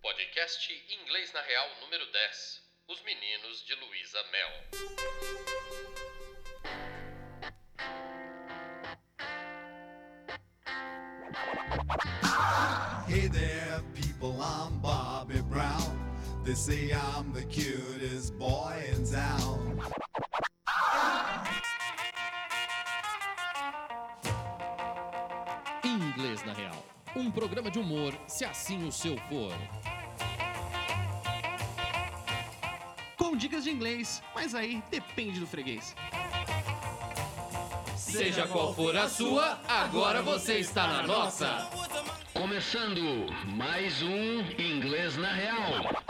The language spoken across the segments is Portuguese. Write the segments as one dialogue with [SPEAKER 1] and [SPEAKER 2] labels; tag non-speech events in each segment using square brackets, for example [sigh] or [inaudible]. [SPEAKER 1] podcast Inglês na Real número 10, Os Meninos de Luísa Mel.
[SPEAKER 2] Hey there, people, I'm Bobby Brown. They say I'm the cutest boy in town.
[SPEAKER 3] Inglês na Real. Um programa de humor, se assim o seu for.
[SPEAKER 4] com dicas de inglês, mas aí depende do freguês.
[SPEAKER 3] Seja qual for a sua, agora você está na nossa.
[SPEAKER 5] Começando mais um Inglês na Real.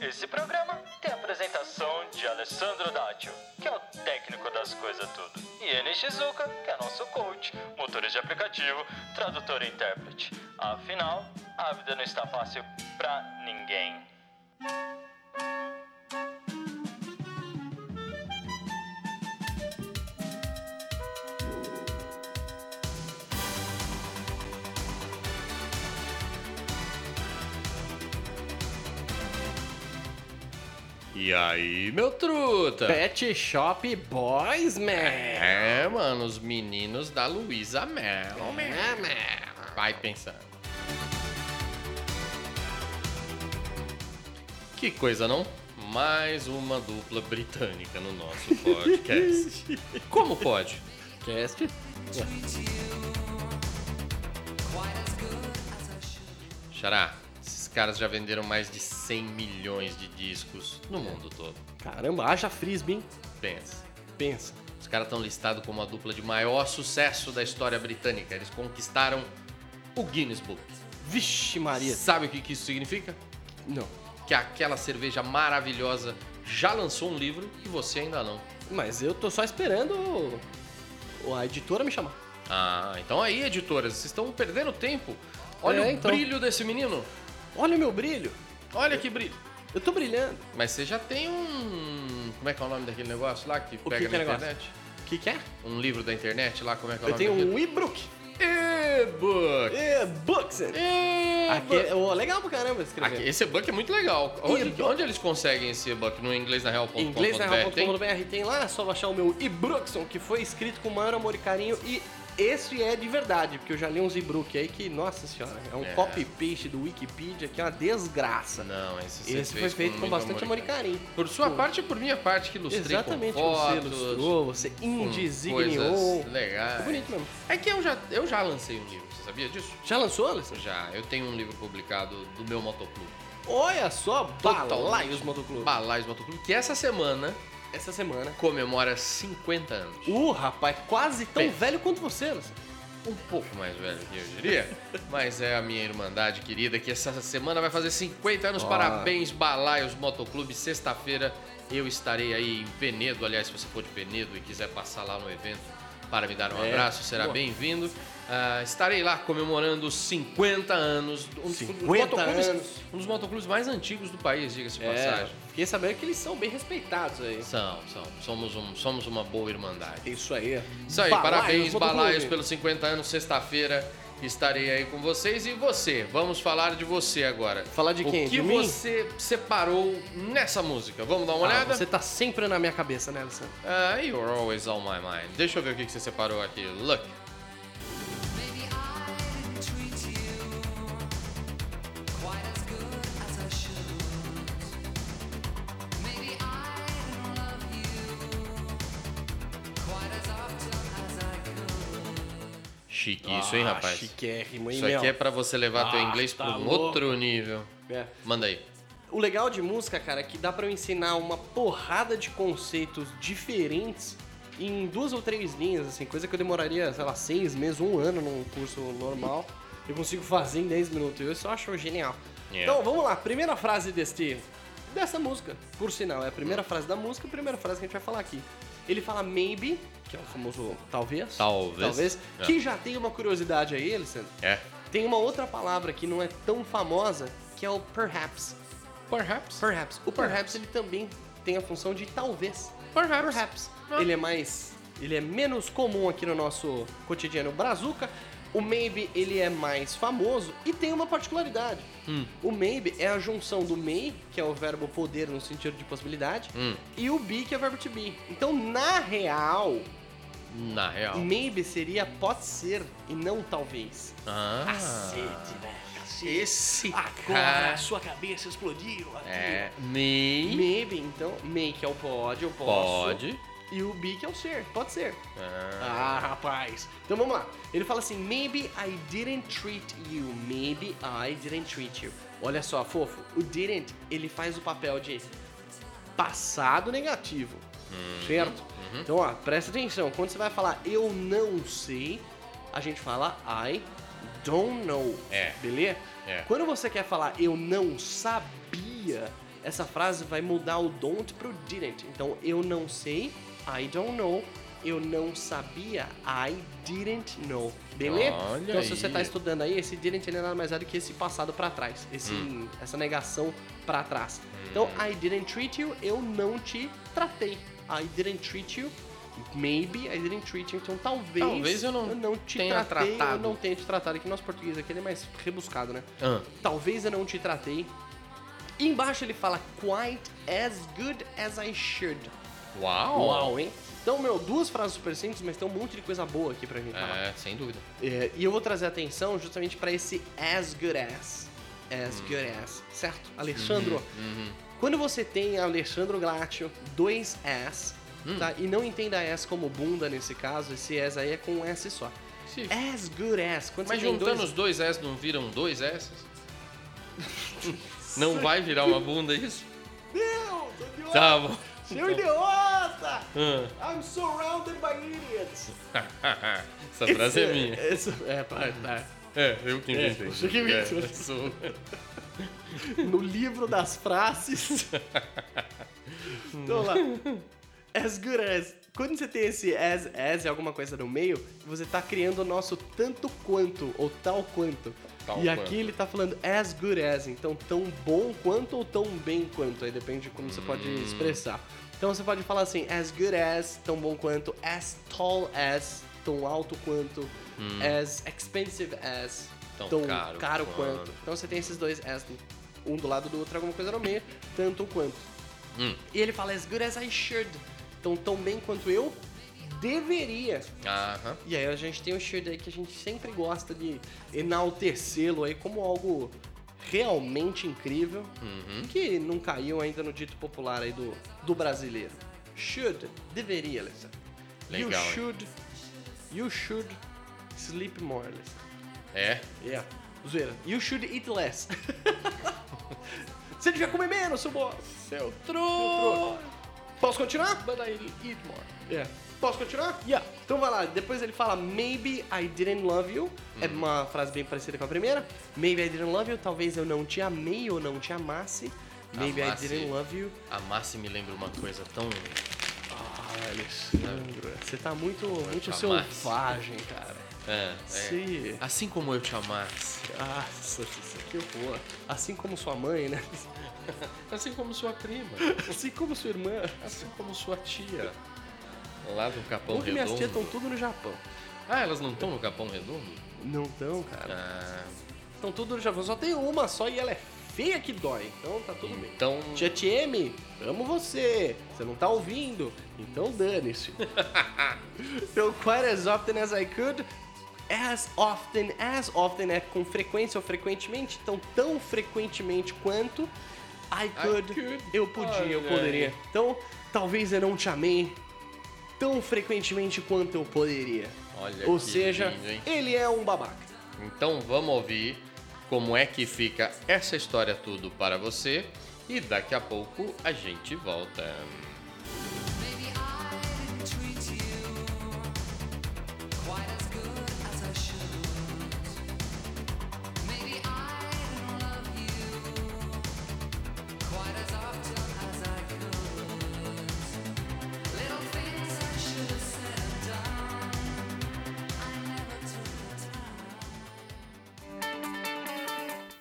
[SPEAKER 6] Esse programa tem a apresentação de Alessandro Dátio, que é o técnico das coisas tudo, e Eni Shizuka, que é nosso coach, motorista de aplicativo, tradutor e intérprete. Afinal, a vida não está fácil pra ninguém.
[SPEAKER 1] E aí, meu truta?
[SPEAKER 7] Pet Shop Boys, man.
[SPEAKER 1] É, mano, os meninos da Luísa Mel.
[SPEAKER 7] É, man.
[SPEAKER 1] Vai pensando. Que coisa, não? Mais uma dupla britânica no
[SPEAKER 7] [laughs]
[SPEAKER 1] nosso podcast. Como pode?
[SPEAKER 7] Cast.
[SPEAKER 1] Xará, esses caras já venderam mais de 100 milhões de discos no mundo todo.
[SPEAKER 7] Caramba, haja frisbee, hein?
[SPEAKER 1] Pensa.
[SPEAKER 7] Pensa.
[SPEAKER 1] Os caras estão listados como a dupla de maior sucesso da história britânica. Eles conquistaram o Guinness Book.
[SPEAKER 7] Vixe Maria.
[SPEAKER 1] Sabe o que, que isso significa?
[SPEAKER 7] Não.
[SPEAKER 1] Que aquela cerveja maravilhosa já lançou um livro e você ainda não.
[SPEAKER 7] Mas eu tô só esperando o- a editora me chamar.
[SPEAKER 1] Ah, então aí, editoras, vocês estão perdendo tempo. Olha
[SPEAKER 7] É,
[SPEAKER 1] o
[SPEAKER 7] então.
[SPEAKER 1] brilho desse menino.
[SPEAKER 7] Olha o meu brilho.
[SPEAKER 1] Olha que brilho.
[SPEAKER 7] Eu tô brilhando.
[SPEAKER 1] Mas você já tem um. Como é que é o nome daquele negócio lá que pega
[SPEAKER 7] que que
[SPEAKER 1] na
[SPEAKER 7] é negócio?
[SPEAKER 1] internet?
[SPEAKER 7] O que, que é?
[SPEAKER 1] Um livro da internet lá, como é que é o
[SPEAKER 7] Eu
[SPEAKER 1] nome
[SPEAKER 7] tenho
[SPEAKER 1] daquele?
[SPEAKER 7] um e-book.
[SPEAKER 1] E-book!
[SPEAKER 7] É, books. Aqui, é- oh, legal pra caramba escrever.
[SPEAKER 1] Aqui, esse e-book é muito legal. Onde,
[SPEAKER 7] E-book.
[SPEAKER 1] onde eles conseguem esse e-book? No inglêsnareal.com.br?
[SPEAKER 7] né?
[SPEAKER 1] Tem?
[SPEAKER 7] inglêsnareal.com.br tem lá, é só baixar o meu Ibrookson, que foi escrito com o maior amor e carinho e esse é de verdade, porque eu já li uns Ibrook aí que, nossa senhora, é um
[SPEAKER 1] É.
[SPEAKER 7] copy-paste do Wikipedia que é uma desgraça.
[SPEAKER 1] Não, esse, você
[SPEAKER 7] Esse foi
[SPEAKER 1] fez
[SPEAKER 7] feito com
[SPEAKER 1] muito
[SPEAKER 7] bastante amor e carinho.
[SPEAKER 1] Por sua
[SPEAKER 7] Pô,
[SPEAKER 1] parte e por minha parte, que ilustrei
[SPEAKER 7] Exatamente,
[SPEAKER 1] com fotos,
[SPEAKER 7] você ilustrou, você
[SPEAKER 1] com
[SPEAKER 7] indesignou.
[SPEAKER 1] coisas legais.
[SPEAKER 7] Ficou bonito mesmo.
[SPEAKER 1] É que eu já, eu já lancei um livro, você sabia disso?
[SPEAKER 7] Já lançou, Alessandro?
[SPEAKER 1] Já, eu tenho um livro publicado do meu motoclube.
[SPEAKER 7] Olha só,
[SPEAKER 1] Totalmente.
[SPEAKER 7] Balaios Motoclube.
[SPEAKER 1] Balais Motoclube, que essa semana
[SPEAKER 7] Essa semana.
[SPEAKER 1] comemora 50 anos.
[SPEAKER 7] Uh, rapaz, quase tão
[SPEAKER 1] Pensa.
[SPEAKER 7] velho quanto você, Alessandro.
[SPEAKER 1] um pouco mais velho que eu diria, mas é a minha irmandade querida que essa semana vai fazer 50 anos. Parabéns, Balaios Motoclube. Sexta-feira eu estarei aí em Penedo. Aliás, se você for de Penedo e quiser passar lá no evento para me dar um
[SPEAKER 7] É,
[SPEAKER 1] abraço, será
[SPEAKER 7] boa.
[SPEAKER 1] bem-vindo. Ah, estarei lá comemorando os 50 anos. Um dos,
[SPEAKER 7] 50
[SPEAKER 1] motoclubes-
[SPEAKER 7] anos. É.
[SPEAKER 1] Um dos motoclubes mais antigos do país, diga-se de passagem.
[SPEAKER 7] fiquei sabendo que eles são bem respeitados aí.
[SPEAKER 1] São, são. Somos, um, somos uma boa irmandade.
[SPEAKER 7] Isso aí.
[SPEAKER 1] Isso aí,
[SPEAKER 7] Balaios
[SPEAKER 1] parabéns,
[SPEAKER 7] Motoclube.
[SPEAKER 1] Balaios, pelos 50 anos, sexta-feira. Estarei aí com vocês. E você, vamos falar de você agora.
[SPEAKER 7] Falar de quem?
[SPEAKER 1] O que
[SPEAKER 7] De mim?
[SPEAKER 1] você separou nessa música? Vamos dar uma
[SPEAKER 7] Ah,
[SPEAKER 1] olhada?
[SPEAKER 7] Você tá sempre na minha cabeça, né, Alessandro?
[SPEAKER 1] Ah, you're always on my mind. Deixa eu ver o que que você separou aqui. Look. Chique isso, hein,
[SPEAKER 7] Ah,
[SPEAKER 1] rapaz?
[SPEAKER 7] Chiquérrimo, hein,
[SPEAKER 1] Isso aqui
[SPEAKER 7] meu?
[SPEAKER 1] é pra você levar teu
[SPEAKER 7] Ah,
[SPEAKER 1] inglês
[SPEAKER 7] tá
[SPEAKER 1] pra um
[SPEAKER 7] louco.
[SPEAKER 1] outro nível.
[SPEAKER 7] É.
[SPEAKER 1] Manda aí.
[SPEAKER 7] O legal de música, cara, é que dá pra eu ensinar uma porrada de conceitos diferentes em duas ou três linhas, assim, coisa que eu demoraria, sei lá, seis meses, um ano num curso normal. Eu consigo fazer em 10 minutos. Eu só acho genial.
[SPEAKER 1] Yeah.
[SPEAKER 7] Então, vamos lá. Primeira frase deste dessa música, por sinal, é a
[SPEAKER 1] Hum.
[SPEAKER 7] primeira frase da música, a primeira frase que a gente vai falar aqui. Ele fala maybe, que é o famoso talvez.
[SPEAKER 1] Talvez.
[SPEAKER 7] Talvez.
[SPEAKER 1] É.
[SPEAKER 7] Que já tem uma curiosidade aí, Alessandro.
[SPEAKER 1] É.
[SPEAKER 7] Tem uma outra palavra que não é tão famosa, que é o perhaps.
[SPEAKER 1] Perhaps.
[SPEAKER 7] Perhaps. O perhaps ele também tem a função de talvez.
[SPEAKER 1] Perhaps. Ah.
[SPEAKER 7] Perhaps. Ele é mais. Ele é menos comum aqui no nosso cotidiano brazuca, O Maybe, ele é mais famoso e tem uma particularidade.
[SPEAKER 1] Hum.
[SPEAKER 7] O Maybe é a junção do May, que é o verbo poder no sentido de possibilidade,
[SPEAKER 1] Hum.
[SPEAKER 7] e o Be, que é o verbo to be. Então, na real,
[SPEAKER 1] Na real.
[SPEAKER 7] Maybe seria pode ser e não talvez.
[SPEAKER 1] Ah.
[SPEAKER 8] Cacete, né? Cacete.
[SPEAKER 1] Esse
[SPEAKER 8] Agora
[SPEAKER 1] cara.
[SPEAKER 8] a sua cabeça explodiu aqui.
[SPEAKER 1] É. Meio.
[SPEAKER 7] Maybe, então, May, que é o pode, eu posso.
[SPEAKER 1] Pode.
[SPEAKER 7] E o be, que é o ser, pode ser.
[SPEAKER 1] Ah.
[SPEAKER 7] Ah, rapaz. Então vamos lá. Ele fala assim: Maybe I didn't treat you. Maybe I didn't treat you. Olha só, fofo. O didn't, ele faz o papel de passado negativo.
[SPEAKER 1] Uhum,
[SPEAKER 7] Certo? Então, ó, presta atenção. Quando você vai falar eu não sei, a gente fala I don't know.
[SPEAKER 1] É.
[SPEAKER 7] Beleza?
[SPEAKER 1] É.
[SPEAKER 7] Quando você quer falar eu não sabia, essa frase vai mudar o don't pro didn't. Então, eu não sei, I don't know. Eu não sabia, I didn't know. Beleza?
[SPEAKER 1] Olha
[SPEAKER 7] então, se
[SPEAKER 1] aí.
[SPEAKER 7] você tá estudando aí, esse didn't ele é nada mais é do que esse passado pra trás. Esse,
[SPEAKER 1] Hum.
[SPEAKER 7] Essa negação pra trás. Então, I didn't treat you, eu não te tratei. I didn't treat you, maybe I didn't treat you. Então, talvez,
[SPEAKER 1] Talvez eu não
[SPEAKER 7] te
[SPEAKER 1] tenha
[SPEAKER 7] tratei, eu
[SPEAKER 1] tratado.
[SPEAKER 7] não tenha te tratado. Aqui no nosso português aqui ele é mais rebuscado, né?
[SPEAKER 1] Ah.
[SPEAKER 7] Talvez eu não te tratei. E embaixo ele fala quite as good as I should.
[SPEAKER 1] Uau.
[SPEAKER 7] Uau, hein? Então, meu, duas frases super simples, mas tem um monte de coisa boa aqui pra gente falar.
[SPEAKER 1] É, sem dúvida.
[SPEAKER 7] É, e eu vou trazer atenção justamente pra esse as good as.
[SPEAKER 1] Hum.
[SPEAKER 7] As good as, certo? Alexandro,
[SPEAKER 1] Uhum,
[SPEAKER 7] quando você tem Alexandro Glatio, dois as,
[SPEAKER 1] Hum.
[SPEAKER 7] tá? E não entenda as como bunda nesse caso, esse as aí é com um S só.
[SPEAKER 1] Sim.
[SPEAKER 7] As good as. Quando
[SPEAKER 1] Mas
[SPEAKER 7] você tem
[SPEAKER 1] juntando
[SPEAKER 7] dois...
[SPEAKER 1] os dois S não viram dois S? Não vai virar uma bunda isso?
[SPEAKER 7] Meu, tô idiota!
[SPEAKER 1] Tá bom. [laughs]
[SPEAKER 7] Seu idiota!
[SPEAKER 1] Ah.
[SPEAKER 7] I'm surrounded by idiots!
[SPEAKER 1] Essa frase é minha.
[SPEAKER 7] Esse, é, tá, tá.
[SPEAKER 1] É, eu que inventei.
[SPEAKER 7] você que inventou.
[SPEAKER 1] É, sou-
[SPEAKER 7] no livro das frases. então lá. As good as. Quando você tem esse as, as e alguma coisa no meio, você tá criando o nosso tanto quanto ou tal quanto.
[SPEAKER 1] Tal
[SPEAKER 7] e
[SPEAKER 1] quanto.
[SPEAKER 7] aqui ele tá falando as good as, então tão bom quanto ou tão bem quanto, aí depende de como você pode
[SPEAKER 1] Hum.
[SPEAKER 7] expressar. Então você pode falar assim, as good as, tão bom quanto, as tall as, tão alto quanto,
[SPEAKER 1] Hum.
[SPEAKER 7] as expensive as,
[SPEAKER 1] Tão
[SPEAKER 7] tão,
[SPEAKER 1] caro
[SPEAKER 7] caro,
[SPEAKER 1] quanto.
[SPEAKER 7] quanto. Então você tem esses dois as, um do lado do outro, alguma coisa no meio, tanto quanto.
[SPEAKER 1] Hum.
[SPEAKER 7] E ele fala as good as I should. Então, tão bem quanto eu deveria.
[SPEAKER 1] É. Aham.
[SPEAKER 7] E aí a gente tem o should aí que a gente sempre gosta de enaltecê-lo aí como algo realmente incrível,
[SPEAKER 1] Uhum.
[SPEAKER 7] que não caiu ainda no dito popular aí do, do brasileiro. Should, deveria, Alessandro. you
[SPEAKER 1] Legal, hein?
[SPEAKER 7] should, you should sleep more, Alessandro.
[SPEAKER 1] É.
[SPEAKER 7] Yeah. Zoeira. You should eat less. [laughs] Você devia comer menos, seu bo... Seu tro... Posso continuar? But I eat more. Yeah. Posso continuar? Yeah. Então vai lá. Depois ele fala, maybe I didn't love you. É uma frase bem parecida com a primeira. Maybe I didn't love you. Talvez eu não te amei ou não te amasse. Maybe
[SPEAKER 1] Amasse.
[SPEAKER 7] I didn't love you.
[SPEAKER 1] A Massi me lembra uma coisa tão.
[SPEAKER 7] Ah, Alexandre. Você tá muito, muito
[SPEAKER 1] te
[SPEAKER 7] selvagem, cara.
[SPEAKER 1] É, é.
[SPEAKER 7] Sim.
[SPEAKER 1] Assim como eu te amasse.
[SPEAKER 7] Nossa, que horror. Assim como sua mãe, né?
[SPEAKER 1] [laughs] Assim como sua prima.
[SPEAKER 7] Assim como sua irmã.
[SPEAKER 1] Assim como sua tia. Lá do Capão
[SPEAKER 7] Bom que minhas
[SPEAKER 1] Redondo.
[SPEAKER 7] tias estão tudo no Japão.
[SPEAKER 1] Ah, elas não estão no Capão Redondo?
[SPEAKER 7] Não estão, cara.
[SPEAKER 1] Ah,
[SPEAKER 7] Estão tudo no Japão. Só tem uma só e ela é feia que dói. Então tá tudo bem.
[SPEAKER 1] então.
[SPEAKER 7] Tia TM, amo você. Você não tá ouvindo?
[SPEAKER 1] [laughs]
[SPEAKER 7] Então dane-se. então, quite as often as I could. As often as often é com frequência ou frequentemente. Então, tão frequentemente quanto I could.
[SPEAKER 1] could.
[SPEAKER 7] Eu podia, eu
[SPEAKER 1] Olha aí.
[SPEAKER 7] poderia. Então, talvez eu não te amei tão frequentemente quanto eu poderia.
[SPEAKER 1] Olha
[SPEAKER 7] ou
[SPEAKER 1] que
[SPEAKER 7] seja,
[SPEAKER 1] lindo, hein?
[SPEAKER 7] ele é um babaca.
[SPEAKER 1] Então vamos ouvir como é que fica essa história tudo para você e daqui a pouco a gente volta.
[SPEAKER 9] Maybe I didn't treat you quite as good as I should. Maybe I didn't love you quite as often as I could. Little things I should have said and done, I never took the time.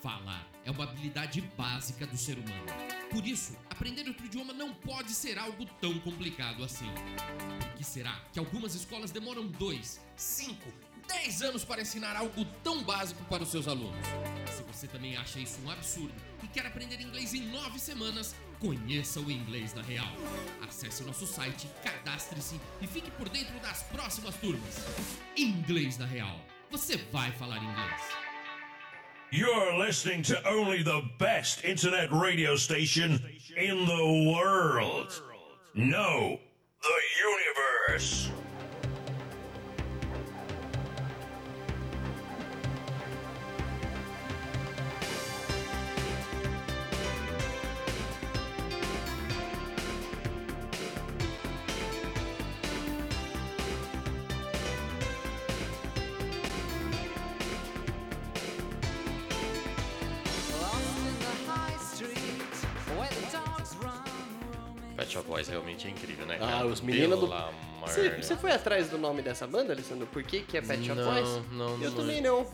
[SPEAKER 3] Falar é uma habilidade básica do ser humano. Por isso, aprender outro idioma não pode ser algo tão complicado assim. Por que será que algumas escolas demoram dois, cinco, 10 anos para ensinar algo tão básico para os seus alunos. Se você também acha isso um absurdo e quer aprender inglês em 9 semanas, conheça o Inglês na Real. Acesse nosso site, cadastre-se e fique por dentro das próximas turmas. Inglês na Real. Você vai falar inglês.
[SPEAKER 10] You're listening to only the best internet radio station in the world. No, the universe.
[SPEAKER 9] Lost in the high street, where the dogs run roaming.
[SPEAKER 1] Pet Shop Boys realmente é incrível, né?
[SPEAKER 7] Ah,
[SPEAKER 1] cara?
[SPEAKER 7] os meninos do-
[SPEAKER 1] Pelo amor
[SPEAKER 7] Você,
[SPEAKER 1] de
[SPEAKER 7] você foi atrás do nome dessa banda, Alessandro? Por que, que é Pet Shop
[SPEAKER 1] né? Não,
[SPEAKER 7] Boys?
[SPEAKER 1] não, não.
[SPEAKER 7] Eu também não.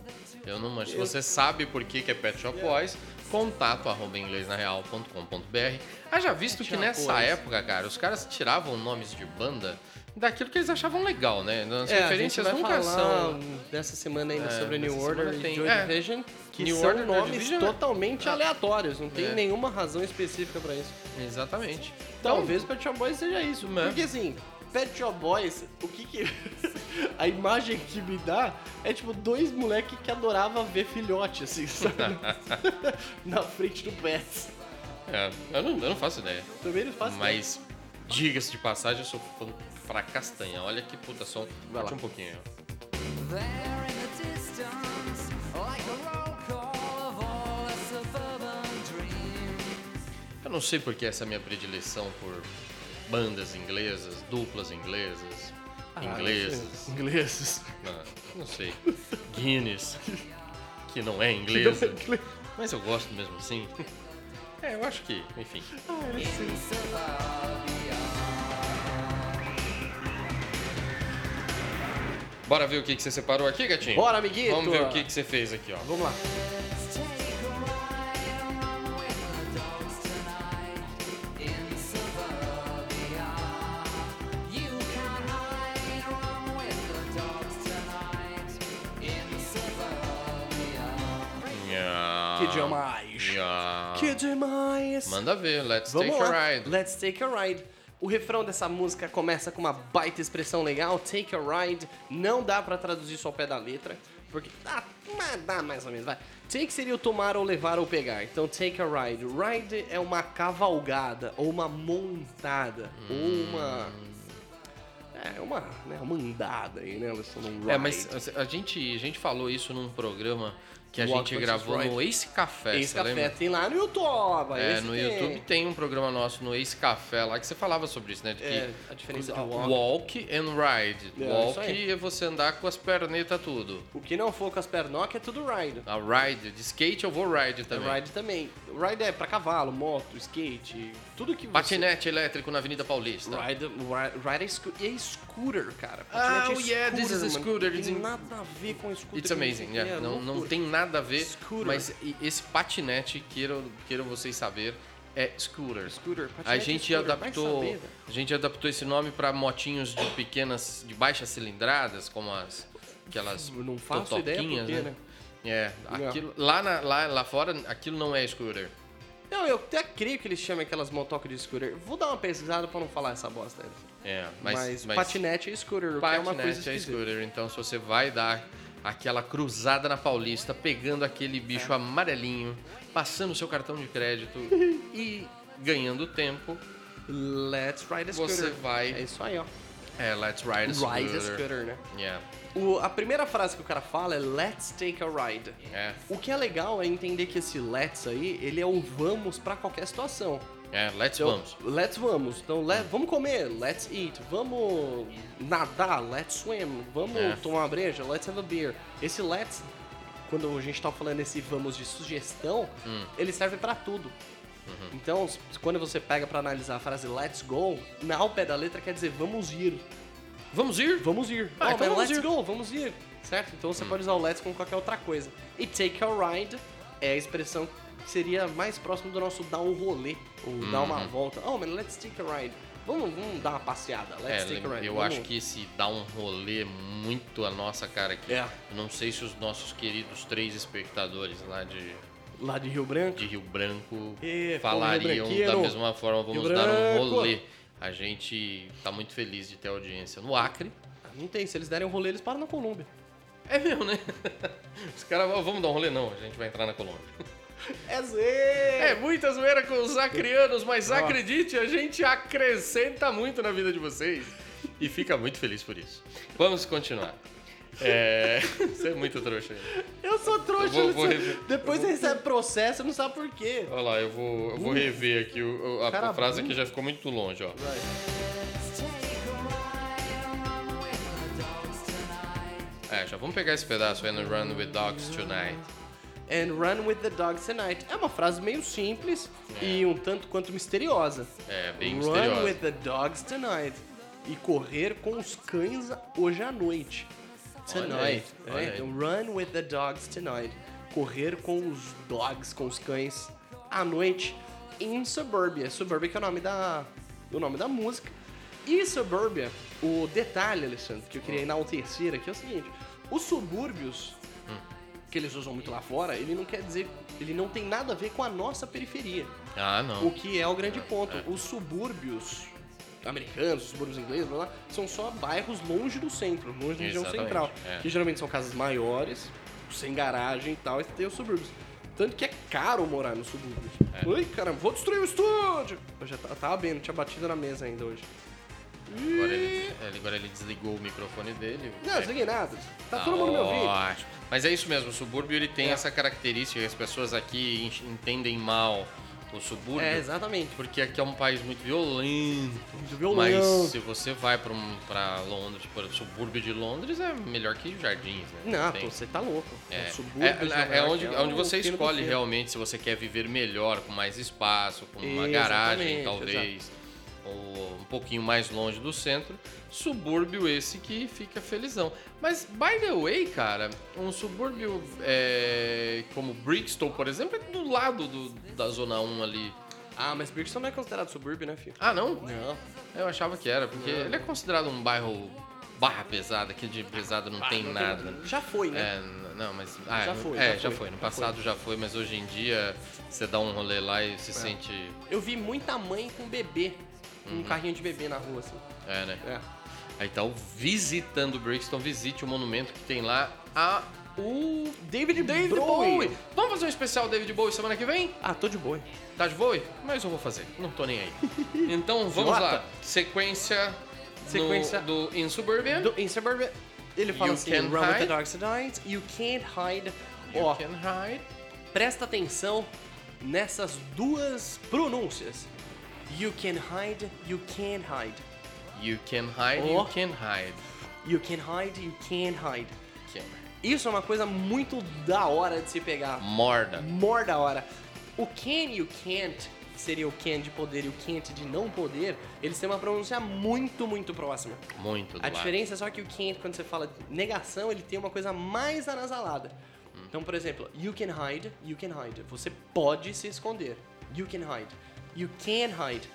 [SPEAKER 1] Eu não manjo. Se você sabe por que, que é Pet Shop Boys, contato arroba inglesnareal.com.br. Ah, já visto
[SPEAKER 7] Pet
[SPEAKER 1] que
[SPEAKER 7] Shop
[SPEAKER 1] nessa
[SPEAKER 7] Boys.
[SPEAKER 1] época, cara, os caras tiravam nomes de banda daquilo que eles achavam legal, né? As
[SPEAKER 7] É, a gente
[SPEAKER 1] referências
[SPEAKER 7] vai
[SPEAKER 1] nunca
[SPEAKER 7] falar
[SPEAKER 1] são.
[SPEAKER 7] dessa semana ainda
[SPEAKER 1] É,
[SPEAKER 7] sobre New
[SPEAKER 1] dessa semana
[SPEAKER 7] Order
[SPEAKER 1] tem-
[SPEAKER 7] e Joy
[SPEAKER 1] é.
[SPEAKER 7] Division, que
[SPEAKER 1] New
[SPEAKER 7] são
[SPEAKER 1] Order e Joy
[SPEAKER 7] nomes
[SPEAKER 1] Division, né?
[SPEAKER 7] totalmente aleatórios, não tem
[SPEAKER 1] É.
[SPEAKER 7] nenhuma razão específica pra isso.
[SPEAKER 1] Exatamente.
[SPEAKER 7] Talvez Pet Shop Boys seja isso,
[SPEAKER 1] Né?
[SPEAKER 7] porque assim, Pet Shop Boys, o que que... [laughs] a imagem que me dá é tipo dois moleques que adorava ver filhote,
[SPEAKER 1] [laughs]
[SPEAKER 7] assim, sabe? Na frente do Pets.
[SPEAKER 1] É, eu, não, eu não faço ideia.
[SPEAKER 7] Também eles fazem [laughs]
[SPEAKER 1] Mas, diga-se de passagem, eu sou fã pra castanha. Olha que puta som.
[SPEAKER 7] Vai lá.
[SPEAKER 1] Curte um pouquinho.
[SPEAKER 9] There in the distance, like a roll call of all a suburban dreams.
[SPEAKER 1] Eu não sei porque essa é a minha predileção por bandas inglesas, duplas inglesas,
[SPEAKER 7] Ah, é
[SPEAKER 1] inglesas.
[SPEAKER 7] ingleses.
[SPEAKER 1] Não, não sei. Guinness, que não é inglesa. Mas eu gosto mesmo assim. É, eu acho que, enfim.
[SPEAKER 7] Ah,
[SPEAKER 9] It's a
[SPEAKER 1] Bora ver o que, que você separou aqui, gatinho?
[SPEAKER 7] Bora, amiguito!
[SPEAKER 1] Vamos ver o que, que você fez aqui, ó.
[SPEAKER 7] Vamos lá.
[SPEAKER 9] Take a ride along with the dogs tonight in suburbia. You can hide along with the dogs tonight in suburbia.
[SPEAKER 7] Que
[SPEAKER 1] Ah,
[SPEAKER 7] demais. Que demais.
[SPEAKER 1] Manda ver, let's
[SPEAKER 7] Vamos
[SPEAKER 1] take
[SPEAKER 7] lá.
[SPEAKER 1] a ride.
[SPEAKER 7] Let's take a ride. O refrão dessa música começa com uma baita expressão legal, take a ride. Não dá pra traduzir isso ao pé da letra, porque dá, mas dá mais ou menos, vai. Take seria o tomar ou levar ou pegar. Então take a ride. Ride é uma cavalgada ou uma montada ou uma é uma, né, uma andada aí, né? Alessandro? Um
[SPEAKER 1] É,
[SPEAKER 7] ride.
[SPEAKER 1] mas a a gente, a gente falou isso num programa que a
[SPEAKER 7] Walk
[SPEAKER 1] gente
[SPEAKER 7] versus
[SPEAKER 1] gravou no
[SPEAKER 7] Ride.
[SPEAKER 1] Ace Café,
[SPEAKER 7] Esse
[SPEAKER 1] você
[SPEAKER 7] café
[SPEAKER 1] lembra?
[SPEAKER 7] tem lá no YouTube. aí
[SPEAKER 1] É,
[SPEAKER 7] esse
[SPEAKER 1] no
[SPEAKER 7] tem.
[SPEAKER 1] YouTube tem um programa nosso no Ace Café lá que você falava sobre isso, né? De
[SPEAKER 7] É,
[SPEAKER 1] que
[SPEAKER 7] a diferença de
[SPEAKER 1] walk,
[SPEAKER 7] walk.
[SPEAKER 1] and ride.
[SPEAKER 7] É, isso
[SPEAKER 1] walk
[SPEAKER 7] aí.
[SPEAKER 1] é você andar com as pernetas tudo.
[SPEAKER 7] O que não for com as pernocas é tudo ride.
[SPEAKER 1] A ride, de skate eu vou ride também.
[SPEAKER 7] É Ride também. Ride é pra cavalo, moto, skate, tudo que você...
[SPEAKER 1] Patinete elétrico na Avenida Paulista.
[SPEAKER 7] Ride, ride, ride é, sco- e é scooter, cara.
[SPEAKER 1] Ah,
[SPEAKER 7] Patinete é
[SPEAKER 1] oh yeah, this is a
[SPEAKER 7] mano.
[SPEAKER 1] scooter,
[SPEAKER 7] Não
[SPEAKER 1] it's
[SPEAKER 7] tem
[SPEAKER 1] in-
[SPEAKER 7] nada a ver com scooter.
[SPEAKER 1] It's
[SPEAKER 7] que
[SPEAKER 1] amazing,
[SPEAKER 7] sei o que,
[SPEAKER 1] yeah.
[SPEAKER 7] é
[SPEAKER 1] não, não
[SPEAKER 7] loucura.
[SPEAKER 1] tem nada a ver,
[SPEAKER 7] Scooter.
[SPEAKER 1] mas e- esse patinete, queiram, queiram vocês saber, é scooter.
[SPEAKER 7] Scooter,
[SPEAKER 1] A
[SPEAKER 7] patinete é
[SPEAKER 1] gente
[SPEAKER 7] scooter,
[SPEAKER 1] adaptou,
[SPEAKER 7] vai saber, velho.
[SPEAKER 1] a gente adaptou esse nome pra motinhos de pequenas, de baixas cilindradas, como as aquelas
[SPEAKER 7] Eu não faço
[SPEAKER 1] totoquinhas,
[SPEAKER 7] ideia por quê, né?
[SPEAKER 1] É,
[SPEAKER 7] Não.
[SPEAKER 1] aquilo, lá, na- lá, lá fora, aquilo não é scooter.
[SPEAKER 7] Não, eu até creio que eles chamam aquelas motocas de scooter. Vou dar uma pesquisada pra não falar essa bosta. né?
[SPEAKER 1] É, mas,
[SPEAKER 7] Mas,
[SPEAKER 1] mas
[SPEAKER 7] patinete é scooter, o que é uma coisa
[SPEAKER 1] patinete é
[SPEAKER 7] esquisita.
[SPEAKER 1] scooter. Então, se você vai dar aquela cruzada na Paulista, pegando aquele bicho
[SPEAKER 7] É.
[SPEAKER 1] amarelinho, passando seu cartão de
[SPEAKER 7] [laughs]
[SPEAKER 1] crédito e ganhando tempo,
[SPEAKER 7] Let's ride a scooter.
[SPEAKER 1] Você vai-
[SPEAKER 7] É isso aí, ó.
[SPEAKER 1] é Let's Ride a Scooter.
[SPEAKER 7] Ride a scooter, né?
[SPEAKER 1] Yeah.
[SPEAKER 7] O- a primeira frase que o cara fala é Let's take a ride.
[SPEAKER 1] É.
[SPEAKER 7] O que é legal é entender que esse let's aí, ele é um vamos pra qualquer situação.
[SPEAKER 1] É, let's
[SPEAKER 7] Então,
[SPEAKER 1] vamos.
[SPEAKER 7] Let's vamos. Então, le- vamos comer, let's eat. Vamos nadar, let's swim. Vamos
[SPEAKER 1] É.
[SPEAKER 7] tomar uma breja, let's have a beer. Esse let's, quando a gente tá falando esse vamos de sugestão,
[SPEAKER 1] Hum.
[SPEAKER 7] ele serve pra tudo.
[SPEAKER 1] Uhum.
[SPEAKER 7] Então, s- quando você pega pra analisar a frase let's go, na ao pé da letra quer dizer vamos ir.
[SPEAKER 1] Vamos ir?
[SPEAKER 7] Vamos ir.
[SPEAKER 1] Ah,
[SPEAKER 7] Ah,
[SPEAKER 1] então vamos
[SPEAKER 7] let's
[SPEAKER 1] ir. Hum.
[SPEAKER 7] go, vamos ir. Certo? Então você pode usar o let's com qualquer outra coisa. E take a ride é a expressão
[SPEAKER 1] Uhum.
[SPEAKER 7] que seria mais próximo do nosso dar um rolê, ou dar uma volta. Oh, man, let's take a ride. Vamos, vamos dar uma passeada. Let's
[SPEAKER 1] É,
[SPEAKER 7] take a ride.
[SPEAKER 1] eu
[SPEAKER 7] Vamos-
[SPEAKER 1] acho que esse dá um rolê muito a nossa cara aqui.
[SPEAKER 7] É.
[SPEAKER 1] Eu não sei se os nossos queridos três espectadores lá de,
[SPEAKER 7] Lá de Rio Branco.
[SPEAKER 1] de Rio Branco
[SPEAKER 7] E,
[SPEAKER 1] falariam
[SPEAKER 7] povo Rio
[SPEAKER 1] da
[SPEAKER 7] Branqueiro.
[SPEAKER 1] mesma forma. Vamos
[SPEAKER 7] Rio
[SPEAKER 1] dar um
[SPEAKER 7] Branco.
[SPEAKER 1] rolê. A gente tá muito feliz de ter audiência no Acre.
[SPEAKER 7] Não tem, se eles derem um rolê, eles param na Colômbia.
[SPEAKER 1] É mesmo, né? [laughs] Os caras vão, vamos dar um rolê? Não, a gente vai entrar na Colômbia.
[SPEAKER 7] É zero!
[SPEAKER 1] É muita zoeira com os acrianos, mas
[SPEAKER 7] Nossa.
[SPEAKER 1] acredite, a gente acrescenta muito na vida de vocês e fica muito feliz por isso. Vamos continuar. É... [laughs] Você é muito trouxa. ainda.
[SPEAKER 7] Eu sou trouxa,
[SPEAKER 1] Eu vou-
[SPEAKER 7] ele-
[SPEAKER 1] vou rever.
[SPEAKER 7] depois você recebe processo e não sabe por quê.
[SPEAKER 1] Olha lá, eu vou, eu vou rever aqui o- o- a,
[SPEAKER 7] Cara,
[SPEAKER 1] frase
[SPEAKER 7] bom.
[SPEAKER 1] que já ficou muito longe, ó. É, já vamos pegar esse pedaço aí no Run With Dogs Tonight.
[SPEAKER 7] And run with the dogs tonight. É uma frase meio simples e um tanto quanto misteriosa.
[SPEAKER 1] É, bem
[SPEAKER 7] run
[SPEAKER 1] misteriosa.
[SPEAKER 7] with the dogs tonight. E correr com os cães hoje à noite.
[SPEAKER 1] Olha
[SPEAKER 7] Tonight.
[SPEAKER 1] aí, olha
[SPEAKER 7] é,
[SPEAKER 1] aí.
[SPEAKER 7] Run with the dogs tonight. Correr com os dogs, com os cães à noite em Suburbia. Suburbia que é o nome da, o nome da música. E Suburbia, o detalhe, Alessandro, que eu queria enaltecer aqui é o seguinte: os subúrbios
[SPEAKER 1] Hum.
[SPEAKER 7] que eles usam muito lá fora, ele não quer dizer, ele não tem nada a ver com a nossa periferia.
[SPEAKER 1] Ah, não.
[SPEAKER 7] O que é o grande ponto. Os subúrbios americanos, os subúrbios ingleses, blá, blá, são só bairros longe do centro, longe da região
[SPEAKER 1] Exatamente,
[SPEAKER 7] central.
[SPEAKER 1] é.
[SPEAKER 7] Que geralmente são casas maiores, sem garagem e tal, e tem os subúrbios. Tanto que é caro morar nos subúrbios.
[SPEAKER 1] É.
[SPEAKER 7] Ui, caramba, vou destruir o estúdio! Eu já ta- tava bem, não tinha batido na mesa ainda hoje.
[SPEAKER 1] Agora ele, ele- agora ele desligou o microfone dele.
[SPEAKER 7] Não, desliguei nada. Tá todo mundo me ouvindo. É.
[SPEAKER 1] Ótimo. Mas é isso mesmo, o subúrbio ele tem essa característica, as pessoas aqui en- entendem mal o subúrbio.
[SPEAKER 7] É, exatamente.
[SPEAKER 1] Porque aqui é um país muito violento.
[SPEAKER 7] Muito violento.
[SPEAKER 1] Mas se você vai pra, um- pra Londres, para o subúrbio de Londres, é melhor que jardins, né?
[SPEAKER 7] Não,
[SPEAKER 1] Tem-
[SPEAKER 7] pô, você tá louco.
[SPEAKER 1] é,
[SPEAKER 7] Os
[SPEAKER 1] é,
[SPEAKER 7] subúrbios de Nova
[SPEAKER 1] é
[SPEAKER 7] York
[SPEAKER 1] onde, é
[SPEAKER 7] um
[SPEAKER 1] onde você
[SPEAKER 7] pino do
[SPEAKER 1] escolhe
[SPEAKER 7] fino.
[SPEAKER 1] realmente se você quer viver melhor, com mais espaço, com uma
[SPEAKER 7] Exatamente,
[SPEAKER 1] garagem, talvez, ou um pouquinho mais longe do centro. Subúrbio esse que fica felizão. Mas, by the way, cara, um subúrbio é, como Brixton, por exemplo, é do lado do- da Zona 1 ali.
[SPEAKER 7] Ah, mas Brixton não é considerado subúrbio, né, filho?
[SPEAKER 1] Ah, não?
[SPEAKER 7] Não.
[SPEAKER 1] Eu achava que era, porque ele é considerado um bairro barra pesada, que de pesada não tem nada.
[SPEAKER 7] Já foi, né?
[SPEAKER 1] É, n- não, mas. ah,
[SPEAKER 7] Já
[SPEAKER 1] não-
[SPEAKER 7] foi,
[SPEAKER 1] É,
[SPEAKER 7] já
[SPEAKER 1] já
[SPEAKER 7] foi,
[SPEAKER 1] foi. No
[SPEAKER 7] já
[SPEAKER 1] passado já foi, mas hoje em dia você dá um rolê lá e
[SPEAKER 7] É.
[SPEAKER 1] se sente.
[SPEAKER 7] Eu vi muita mãe com bebê, um
[SPEAKER 1] Uhum.
[SPEAKER 7] carrinho de bebê na rua, assim.
[SPEAKER 1] É, né?
[SPEAKER 7] É.
[SPEAKER 1] Aí, Então, visitando Brixton, visite o monumento que tem lá a. O
[SPEAKER 7] David
[SPEAKER 1] David Bowie.
[SPEAKER 7] Bowie.
[SPEAKER 1] Vamos fazer um especial David Bowie semana que vem?
[SPEAKER 7] Ah, tô de boi.
[SPEAKER 1] Tá de Bowie? Mas eu vou fazer, não tô
[SPEAKER 7] [laughs]
[SPEAKER 1] nem aí. Então vamos lá.
[SPEAKER 7] Idiota.
[SPEAKER 1] Sequência, no-
[SPEAKER 7] Sequência-
[SPEAKER 1] do In Suburbia.
[SPEAKER 7] Do, em Suburbia, ele fala
[SPEAKER 1] You
[SPEAKER 7] assim,
[SPEAKER 1] can't
[SPEAKER 7] run with the
[SPEAKER 1] hide.
[SPEAKER 7] dogs tonight, you can't hide.
[SPEAKER 1] You
[SPEAKER 7] Ó,
[SPEAKER 1] can hide.
[SPEAKER 7] presta atenção nessas duas pronúncias. You can hide, you can't hide.
[SPEAKER 1] You can hide,
[SPEAKER 7] Ó.
[SPEAKER 1] you can hide.
[SPEAKER 7] You can hide, you can't hide.
[SPEAKER 1] Can.
[SPEAKER 7] Isso é uma coisa muito da hora de se pegar.
[SPEAKER 1] Morda.
[SPEAKER 7] More da hora. O can e o can't, que seria o can de poder e o can't de não poder, eles têm uma pronúncia muito, muito próxima.
[SPEAKER 1] Muito do
[SPEAKER 7] A
[SPEAKER 1] lado.
[SPEAKER 7] diferença é só que o can't, quando você fala negação, ele tem uma coisa mais anasalada. Então, por exemplo, you can hide, you can hide. Você pode se esconder. You can hide. You can hide.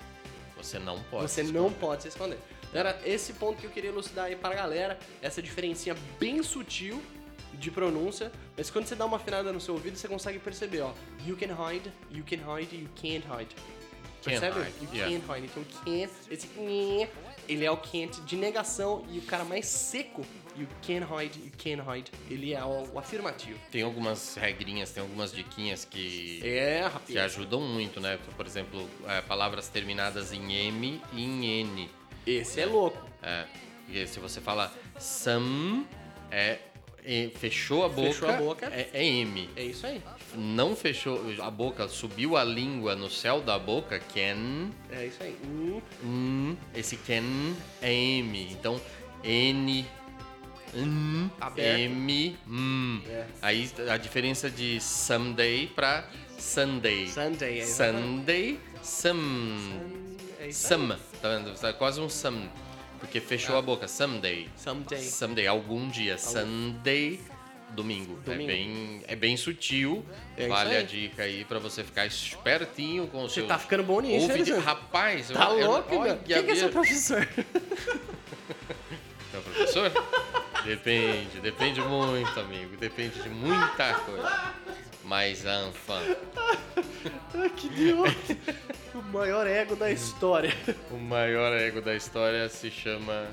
[SPEAKER 1] Você não pode.
[SPEAKER 7] Você não pode se esconder. Então, Era esse ponto que eu queria elucidar aí pra galera, essa diferencinha bem sutil de pronúncia, mas quando você dá uma afinada no seu ouvido, você consegue perceber, ó, you can hide, you can hide, you can't hide.
[SPEAKER 1] Can't
[SPEAKER 7] Percebe?
[SPEAKER 1] hide,
[SPEAKER 7] You
[SPEAKER 1] yeah.
[SPEAKER 7] can't hide. Então, can't, esse can't, ele é o can't de negação e o cara mais seco, you can hide, you can hide, ele é o, o afirmativo.
[SPEAKER 1] Tem algumas regrinhas, tem algumas diquinhas que,
[SPEAKER 7] É,
[SPEAKER 1] que
[SPEAKER 7] rapaz.
[SPEAKER 1] ajudam muito, né? Por exemplo, é, palavras terminadas em M e em N.
[SPEAKER 7] Esse é louco.
[SPEAKER 1] É, porque se você fala some, é, é- fechou a boca,
[SPEAKER 7] Fechou a boca.
[SPEAKER 1] É, é M.
[SPEAKER 7] É isso aí.
[SPEAKER 1] Não fechou a boca, subiu a língua no céu da boca, can,
[SPEAKER 7] É isso aí. Hum,
[SPEAKER 1] n, esse can é M. Então, N, n,
[SPEAKER 7] Aberto.
[SPEAKER 1] M, m.
[SPEAKER 7] É.
[SPEAKER 1] Aí a diferença de someday pra Sunday.
[SPEAKER 7] Sunday, é isso aí.
[SPEAKER 1] Sunday, some.
[SPEAKER 7] É isso aí.
[SPEAKER 1] Some. Tá vendo? Tá quase um some.
[SPEAKER 7] Tá.
[SPEAKER 1] Porque fechou a boca. Someday.
[SPEAKER 7] Someday.
[SPEAKER 1] Someday. Algum dia. Sunday. Domingo. É,
[SPEAKER 7] Domingo.
[SPEAKER 1] bem, é bem sutil.
[SPEAKER 7] É isso
[SPEAKER 1] vale a
[SPEAKER 7] aí.
[SPEAKER 1] dica aí pra você ficar espertinho com o seu.
[SPEAKER 7] tá ficando bom nisso, hein, Alexandre?
[SPEAKER 1] Rapaz,
[SPEAKER 7] Tá
[SPEAKER 1] eu,
[SPEAKER 7] louco,
[SPEAKER 1] eu,
[SPEAKER 7] velho?
[SPEAKER 1] olha,
[SPEAKER 7] Quem que é seu
[SPEAKER 1] Bia-
[SPEAKER 7] professor?
[SPEAKER 1] Meu professor? Depende, depende muito, amigo. Depende de muita coisa. Mas, Anfan,
[SPEAKER 7] [laughs] Ai, que [laughs] idiota. o maior ego da história.
[SPEAKER 1] o maior ego da história se chama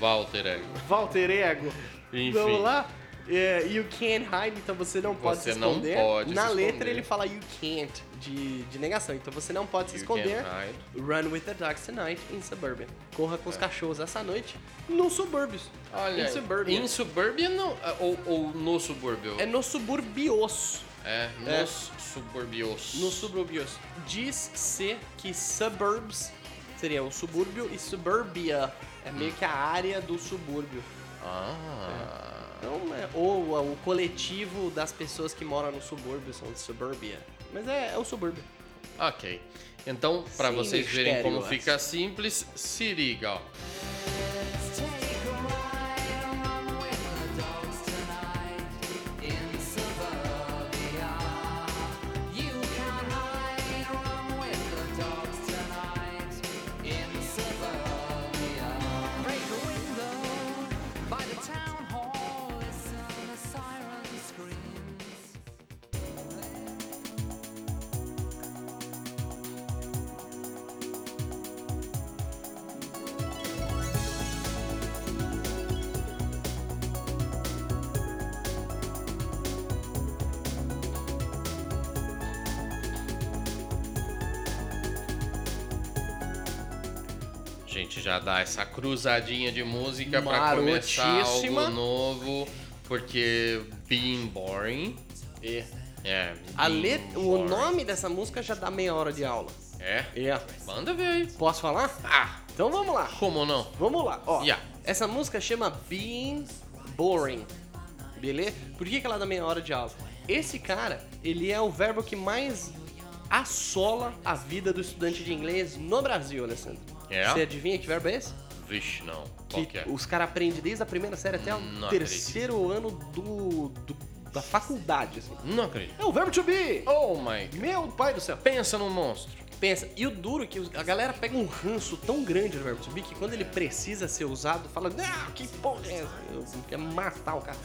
[SPEAKER 1] Walter Ego.
[SPEAKER 7] Walter Ego.
[SPEAKER 1] Enfim.
[SPEAKER 7] Vamos lá? É, you can't hide, então você não pode
[SPEAKER 1] Você
[SPEAKER 7] se
[SPEAKER 1] não
[SPEAKER 7] esconder.
[SPEAKER 1] pode se
[SPEAKER 7] Na letra
[SPEAKER 1] esconder.
[SPEAKER 7] ele fala you can't, de, de negação. Então você não pode se
[SPEAKER 1] You
[SPEAKER 7] esconder.
[SPEAKER 1] can't hide. É.
[SPEAKER 7] Run with the dogs tonight in suburbia. Corra com os cachorros essa noite nos subúrbios.
[SPEAKER 1] Olha,
[SPEAKER 7] in suburbia.
[SPEAKER 1] Em suburbia não, é, ou, ou no subúrbio?
[SPEAKER 7] É nos suburbios.
[SPEAKER 1] É,
[SPEAKER 7] É.
[SPEAKER 1] nos suburbios.
[SPEAKER 7] Nos subúrbios. Diz-se que suburbs seria o subúrbio e suburbia. É meio que a área do subúrbio.
[SPEAKER 1] Ah.
[SPEAKER 7] Então, é- ou a- o coletivo das pessoas que moram no subúrbio são de suburbia. Mas é, é o subúrbio.
[SPEAKER 1] Ok. Então, pra
[SPEAKER 7] Sem
[SPEAKER 1] vocês verem como
[SPEAKER 7] mistérios.
[SPEAKER 1] fica simples, se liga, ó. A gente já dá essa cruzadinha de música pra começar
[SPEAKER 7] Marotíssima.
[SPEAKER 1] algo novo, porque Being Boring.
[SPEAKER 7] É.
[SPEAKER 1] É.
[SPEAKER 7] A
[SPEAKER 1] Being
[SPEAKER 7] let... O
[SPEAKER 1] Boring.
[SPEAKER 7] nome dessa música já dá meia hora de aula.
[SPEAKER 1] É?
[SPEAKER 7] É.
[SPEAKER 1] Manda ver aí.
[SPEAKER 7] Posso falar?
[SPEAKER 1] Ah,
[SPEAKER 7] Então vamos lá.
[SPEAKER 1] como não?
[SPEAKER 7] Vamos lá. Ó,
[SPEAKER 1] Yeah.
[SPEAKER 7] essa música chama Being Boring. Beleza? Por que, que ela dá meia hora de aula? Esse cara, ele é o verbo que mais assola a vida do estudante de inglês no Brasil, Alessandro.
[SPEAKER 1] É?
[SPEAKER 7] Você adivinha que verbo é esse?
[SPEAKER 1] Vixe, não.
[SPEAKER 7] que
[SPEAKER 1] Qual que é?
[SPEAKER 7] os caras aprendem desde a primeira série até o
[SPEAKER 1] Não
[SPEAKER 7] terceiro ano do, do- da faculdade. assim.
[SPEAKER 1] Não acredito.
[SPEAKER 7] É o verbo to be!
[SPEAKER 1] Oh my.
[SPEAKER 7] Meu pai do céu!
[SPEAKER 1] Pensa num monstro.
[SPEAKER 7] Pensa, e o duro é que os- a galera pega um ranço tão grande do verbo to be que quando ele precisa ser usado, fala, não, que porra é essa? Eu quero matar o cara.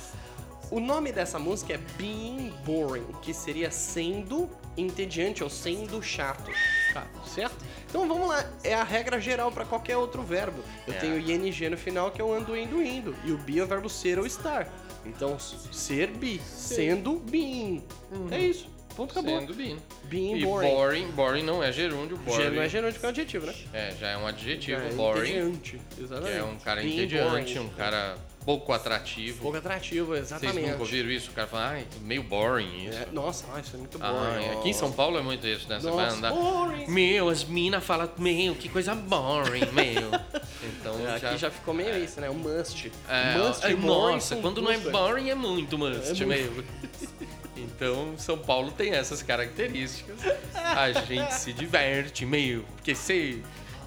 [SPEAKER 7] O nome dessa música é Being Boring, que seria sendo entediante ou sendo chato, tá? certo? Então vamos lá, é a regra geral pra qualquer outro verbo. Eu
[SPEAKER 1] É.
[SPEAKER 7] tenho ing no final que é o ando, indo, indo, e o be é o verbo ser ou estar. Então, ser be, sendo being. É isso, ponto acabou.
[SPEAKER 1] Uhum. Sendo Being.
[SPEAKER 7] Being
[SPEAKER 1] e
[SPEAKER 7] boring.
[SPEAKER 1] boring. Boring não é gerúndio. Boring.
[SPEAKER 7] Gê- Não é gerúndio, que é um adjetivo, né?
[SPEAKER 1] É, já é um adjetivo.
[SPEAKER 7] É,
[SPEAKER 1] boring.
[SPEAKER 7] entediante,
[SPEAKER 1] Que
[SPEAKER 7] exatamente.
[SPEAKER 1] é um cara
[SPEAKER 7] Being
[SPEAKER 1] entediante,
[SPEAKER 7] boring. Um
[SPEAKER 1] um cara pouco atrativo.
[SPEAKER 7] Pouco atrativo,
[SPEAKER 1] Vocês
[SPEAKER 7] exatamente.
[SPEAKER 1] nunca ouviram isso? O cara fala, ai, meio boring isso.
[SPEAKER 7] É, nossa, ah, isso é muito
[SPEAKER 1] Ah,
[SPEAKER 7] boring.
[SPEAKER 1] aqui em São Paulo é muito isso, né? Você vai
[SPEAKER 7] Nossa,
[SPEAKER 1] andar.
[SPEAKER 7] boring.
[SPEAKER 1] Meu, as minas falam, meu, que coisa boring, meu.
[SPEAKER 7] [laughs]
[SPEAKER 1] Então
[SPEAKER 7] É,
[SPEAKER 1] já.
[SPEAKER 7] Aqui já ficou meio isso, né? O must. Um
[SPEAKER 1] É,
[SPEAKER 7] must
[SPEAKER 1] ai,
[SPEAKER 7] boring
[SPEAKER 1] nossa,
[SPEAKER 7] com
[SPEAKER 1] quando não é
[SPEAKER 7] duas-
[SPEAKER 1] boring é muito must,
[SPEAKER 7] É
[SPEAKER 1] meu. Então, São Paulo tem essas características. A gente se diverte, meu. Porque você.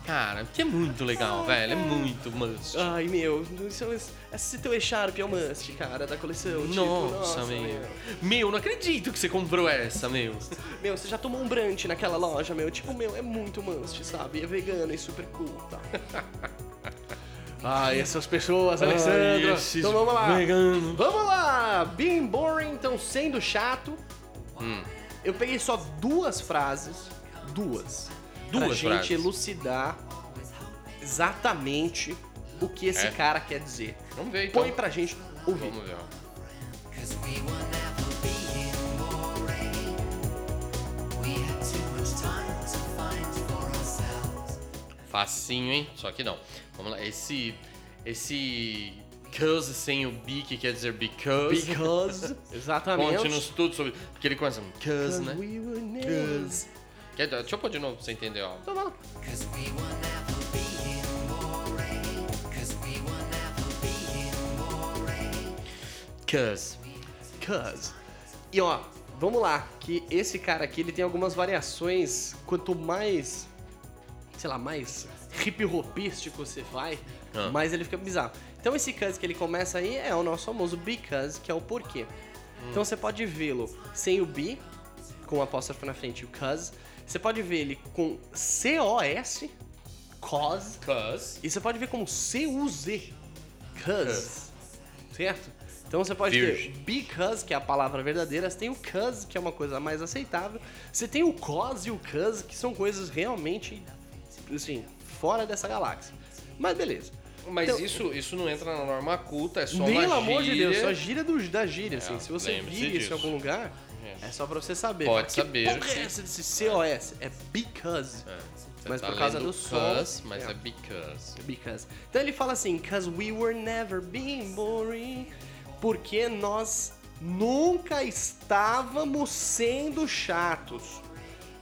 [SPEAKER 1] Cara, porque é muito
[SPEAKER 7] Ah,
[SPEAKER 1] legal, velho. É muito must.
[SPEAKER 7] Ai, meu, isso, esse teu E-Sharp é o must, cara, da coleção. tipo,
[SPEAKER 1] nossa, meu. Meu, não acredito que você comprou essa, meu.
[SPEAKER 7] Meu, você já tomou um brunch naquela loja, meu? Tipo, meu, é muito must, sabe? É vegano e super cool, [laughs] tá? Ai, Ah, essas pessoas, Alessandro.
[SPEAKER 1] esses
[SPEAKER 7] então vamos lá.
[SPEAKER 1] veganos.
[SPEAKER 7] Vamos lá. Being boring, então, sendo chato. Hum. Eu peguei só duas frases. Duas.
[SPEAKER 1] Duas
[SPEAKER 7] pra gente
[SPEAKER 1] frases.
[SPEAKER 7] elucidar exatamente o que esse
[SPEAKER 1] É.
[SPEAKER 7] cara quer dizer.
[SPEAKER 1] Vamos ver, então.
[SPEAKER 7] Põe pra gente ouvir.
[SPEAKER 1] Vamos ver, ó.
[SPEAKER 9] Cause we were never being boring. We had too much time to find for ourselves.
[SPEAKER 1] Facinho, hein? Só que não. Vamos lá. Esse. Esse. Cause sem o be, que quer dizer because.
[SPEAKER 7] [laughs] Because, exatamente.
[SPEAKER 1] Conte-nos tudo sobre. Porque ele começa. um Cause, né?
[SPEAKER 7] We were never
[SPEAKER 1] Quer, deixa eu pôr de novo pra você entender, ó.
[SPEAKER 7] Então vai lá.
[SPEAKER 9] Cause we were never being boring. Cause we were never being boring.
[SPEAKER 1] Cause.
[SPEAKER 7] Cuz. E ó, vamos lá, que esse cara aqui ele tem algumas variações. Quanto mais, sei lá, mais hip hopístico você vai,
[SPEAKER 1] Ah.
[SPEAKER 7] mas ele fica bizarro. Então esse cuz que ele começa aí é o nosso famoso because, que é o porquê. Então você pode vê-lo sem o be, com o apóstrofo na frente, o cuz. Você pode ver ele com C-O-S, cause.
[SPEAKER 1] Cause.
[SPEAKER 7] E você pode ver como C-U-Z, cuz. Certo? Então você pode
[SPEAKER 1] Virgem.
[SPEAKER 7] ter because, que é a palavra verdadeira, você tem o cuz, que é uma coisa mais aceitável, você tem o cos e o cuz, que são coisas realmente, assim, fora dessa galáxia. Mas beleza.
[SPEAKER 1] Mas
[SPEAKER 7] Então-
[SPEAKER 1] isso, isso não entra na norma culta, é só uma
[SPEAKER 7] Pelo
[SPEAKER 1] gíria. É,
[SPEAKER 7] amor de Deus, só gira do, da gíria, assim. Se você
[SPEAKER 1] lembre-se
[SPEAKER 7] vira isso
[SPEAKER 1] disso.
[SPEAKER 7] em algum lugar, é só pra você saber.
[SPEAKER 1] Pode
[SPEAKER 7] Mas
[SPEAKER 1] saber,
[SPEAKER 7] Que porra
[SPEAKER 1] sim.
[SPEAKER 7] é essa desse COS? É because.
[SPEAKER 1] Você
[SPEAKER 7] Mas
[SPEAKER 1] tá
[SPEAKER 7] por causa
[SPEAKER 1] lendo
[SPEAKER 7] do sol.
[SPEAKER 1] cause, Mas é,
[SPEAKER 7] É.
[SPEAKER 1] because.
[SPEAKER 7] Because. Então ele fala assim, cause we were never being boring. Porque nós nunca estávamos sendo chatos.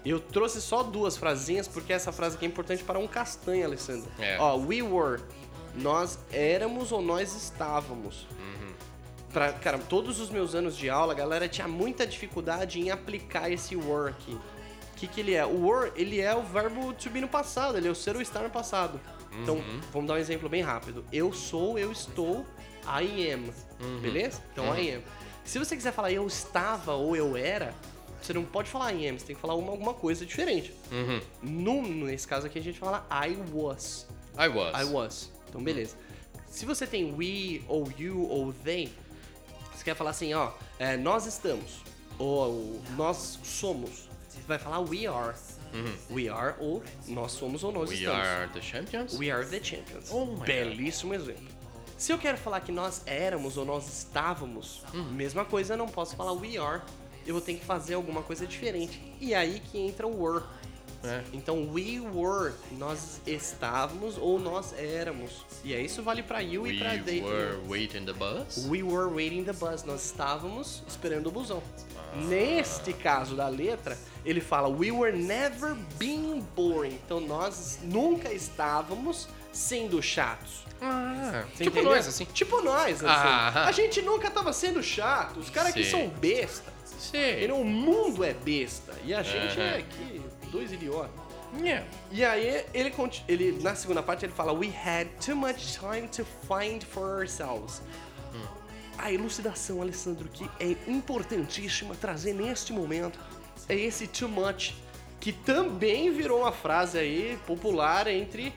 [SPEAKER 7] Eu trouxe só duas frasinhas, porque essa frase aqui é importante para um castanho, Alessandro.
[SPEAKER 1] É.
[SPEAKER 7] Ó, we were. Nós éramos ou nós estávamos. Pra, cara, todos os meus anos de aula, a galera tinha muita dificuldade em aplicar esse were aqui. O que, que ele é? O were, ele é o verbo to be no passado, ele é o ser ou estar no passado. Então, vamos dar um exemplo bem rápido. Eu sou, eu estou, I am. Beleza? Então, I am. Se você quiser falar eu estava ou eu era, você não pode falar I am, você tem que falar uma, alguma coisa diferente. No, nesse caso aqui, a gente fala I was.
[SPEAKER 1] I was.
[SPEAKER 7] I was. Então, beleza. Se você tem we, ou you, ou they, você quer falar assim, ó, é, nós estamos, ou nós somos. Você vai falar we are. We are, ou nós somos, ou nós
[SPEAKER 1] Uhum. We
[SPEAKER 7] estamos.
[SPEAKER 1] are the champions?
[SPEAKER 7] We are the champions.
[SPEAKER 1] Oh my God.
[SPEAKER 7] Belíssimo exemplo. Se eu quero falar que nós éramos ou nós estávamos,
[SPEAKER 1] Uhum.
[SPEAKER 7] mesma coisa, eu não posso falar we are. Eu vou ter que fazer alguma coisa diferente. E é aí que entra o were.
[SPEAKER 1] É.
[SPEAKER 7] Então, we were, nós estávamos ou nós éramos. E aí isso vale pra you e
[SPEAKER 1] We
[SPEAKER 7] pra they.
[SPEAKER 1] were waiting the bus?
[SPEAKER 7] We were waiting the bus. Nós estávamos esperando o busão.
[SPEAKER 1] Ah.
[SPEAKER 7] Neste caso da letra, ele fala We were never being boring. Então nós nunca estávamos sendo chatos.
[SPEAKER 1] Ah,
[SPEAKER 7] Você
[SPEAKER 1] tipo
[SPEAKER 7] entendeu?
[SPEAKER 1] nós, assim.
[SPEAKER 7] Tipo nós, assim.
[SPEAKER 1] Ah.
[SPEAKER 7] A gente nunca estava sendo chato. Os caras aqui
[SPEAKER 1] Sim.
[SPEAKER 7] são besta.
[SPEAKER 1] Sim.
[SPEAKER 7] Entendeu? O mundo é besta. E a gente
[SPEAKER 1] Aham.
[SPEAKER 7] é aqui dois idiotas.
[SPEAKER 1] Yeah.
[SPEAKER 7] E aí ele, conti- ele na segunda parte ele fala We had too much time to find for ourselves.
[SPEAKER 1] Hum.
[SPEAKER 7] A elucidação, Alessandro, que é importantíssima trazer neste momento é esse too much, que também virou uma frase aí popular entre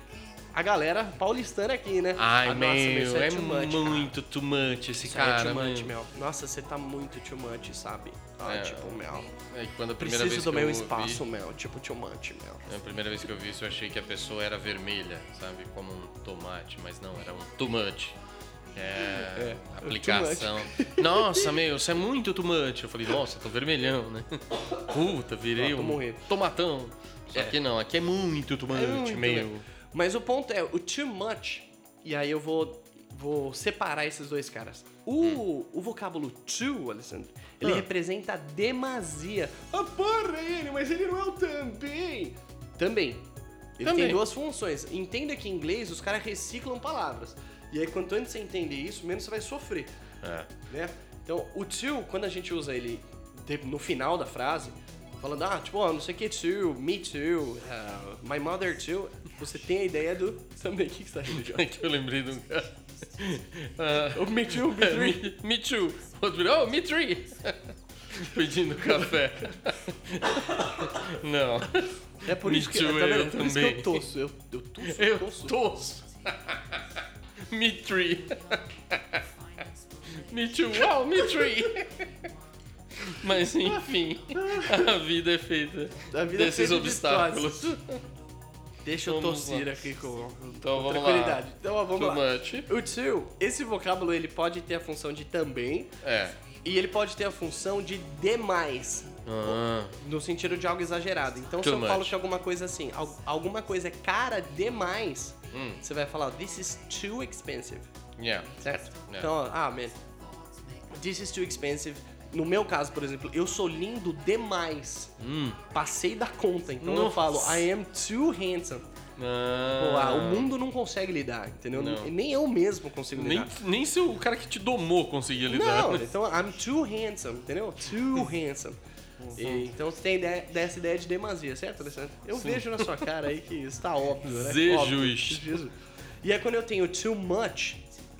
[SPEAKER 7] a galera paulistana aqui, né?
[SPEAKER 1] Ai,
[SPEAKER 7] Ah, nossa, mas isso
[SPEAKER 1] meu, é,
[SPEAKER 7] too much, cara.
[SPEAKER 1] muito too much esse
[SPEAKER 7] Isso aí
[SPEAKER 1] cara.
[SPEAKER 7] é too much,
[SPEAKER 1] mano.
[SPEAKER 7] meu. Nossa, você tá muito too much, sabe? Ah,
[SPEAKER 1] É.
[SPEAKER 7] tipo, meu.
[SPEAKER 1] É que quando a primeira
[SPEAKER 7] Preciso
[SPEAKER 1] vez
[SPEAKER 7] do
[SPEAKER 1] que
[SPEAKER 7] meu
[SPEAKER 1] eu
[SPEAKER 7] espaço, meu. Tipo, too much, meu.
[SPEAKER 1] Vi, a primeira vez que eu vi isso, eu achei que a pessoa era vermelha, sabe? Como um tomate, mas não, era um too much. É, aplicação. [laughs] Nossa, meu, isso é muito too much. Eu falei, nossa, tô vermelhão, né? Puta, virei
[SPEAKER 7] Ah, tô
[SPEAKER 1] um
[SPEAKER 7] morrendo.
[SPEAKER 1] tomatão. Só que não, aqui é muito too much,
[SPEAKER 7] É muito,
[SPEAKER 1] meu.
[SPEAKER 7] né? Mas o ponto é, o too much, e aí eu vou, vou separar esses dois caras. O, o vocábulo too, Alessandro, ele representa a demasia. Ah, porra ele, mas ele não é o também. Também. Ele
[SPEAKER 1] Também.
[SPEAKER 7] tem duas funções. Entenda que em inglês os caras reciclam palavras. E aí quanto antes você entender isso, menos você vai sofrer
[SPEAKER 1] É.
[SPEAKER 7] né? Então, o to, quando a gente usa ele de- no final da frase, falando, ah, tipo, ó, não sei o que, to, me too, uh, my mother too, você tem a ideia do também. O que que você tá rindo, John?
[SPEAKER 1] [laughs] É que eu lembrei de um cara. Ah,
[SPEAKER 7] O me too, me
[SPEAKER 1] [laughs]
[SPEAKER 7] three.
[SPEAKER 1] me, me too. Outro virou, oh, me three. [laughs] Pedindo café. [laughs] Não.
[SPEAKER 7] É por
[SPEAKER 1] Me
[SPEAKER 7] isso que,
[SPEAKER 1] too,
[SPEAKER 7] tá vendo?
[SPEAKER 1] eu
[SPEAKER 7] Por isso que eu
[SPEAKER 1] também.
[SPEAKER 7] tosso. Eu, eu tosso, eu
[SPEAKER 1] Eu
[SPEAKER 7] tosso.
[SPEAKER 1] tosso. [laughs] Me three. [laughs] Me too. Wow, me three. Mas enfim, a vida é feita
[SPEAKER 7] A vida é
[SPEAKER 1] desses
[SPEAKER 7] feita de
[SPEAKER 1] obstáculos.
[SPEAKER 7] tosse. Deixa eu
[SPEAKER 1] Vamos
[SPEAKER 7] tossir
[SPEAKER 1] lá.
[SPEAKER 7] aqui com, com
[SPEAKER 1] Então vamos lá.
[SPEAKER 7] tranquilidade. Então, ó, vamos
[SPEAKER 1] Too
[SPEAKER 7] lá.
[SPEAKER 1] much.
[SPEAKER 7] O to, esse vocábulo, ele pode ter a função de também,
[SPEAKER 1] É.
[SPEAKER 7] e ele pode ter a função de demais.
[SPEAKER 1] Ah,
[SPEAKER 7] No sentido de algo exagerado. Então, se
[SPEAKER 1] Too
[SPEAKER 7] eu falo
[SPEAKER 1] much.
[SPEAKER 7] que alguma coisa assim, al- alguma coisa é cara demais,
[SPEAKER 1] Hum.
[SPEAKER 7] você vai falar, "Oh, this is too expensive,
[SPEAKER 1] yeah.
[SPEAKER 7] certo?
[SPEAKER 1] É.
[SPEAKER 7] Então, ó, ah, man, this is too expensive. No meu caso, por exemplo, eu sou lindo demais. Passei da conta, então eu
[SPEAKER 1] Hum. Nossa.
[SPEAKER 7] falo, I am too handsome. Pô, ah,
[SPEAKER 1] Ah,
[SPEAKER 7] o mundo não consegue lidar, entendeu?
[SPEAKER 1] Não.
[SPEAKER 7] Nem eu mesmo consigo
[SPEAKER 1] Nem,
[SPEAKER 7] lidar.
[SPEAKER 1] nem se o cara que te domou conseguia lidar.
[SPEAKER 7] Não,
[SPEAKER 1] né?
[SPEAKER 7] então I'm too handsome, entendeu? Too handsome. E, então você tem ideia, dessa ideia de demasia, certo, Alessandro? Eu vejo na sua cara aí que isso tá óbvio, né?
[SPEAKER 1] Zejus.
[SPEAKER 7] Óbvio, zejus. E é quando eu tenho too much,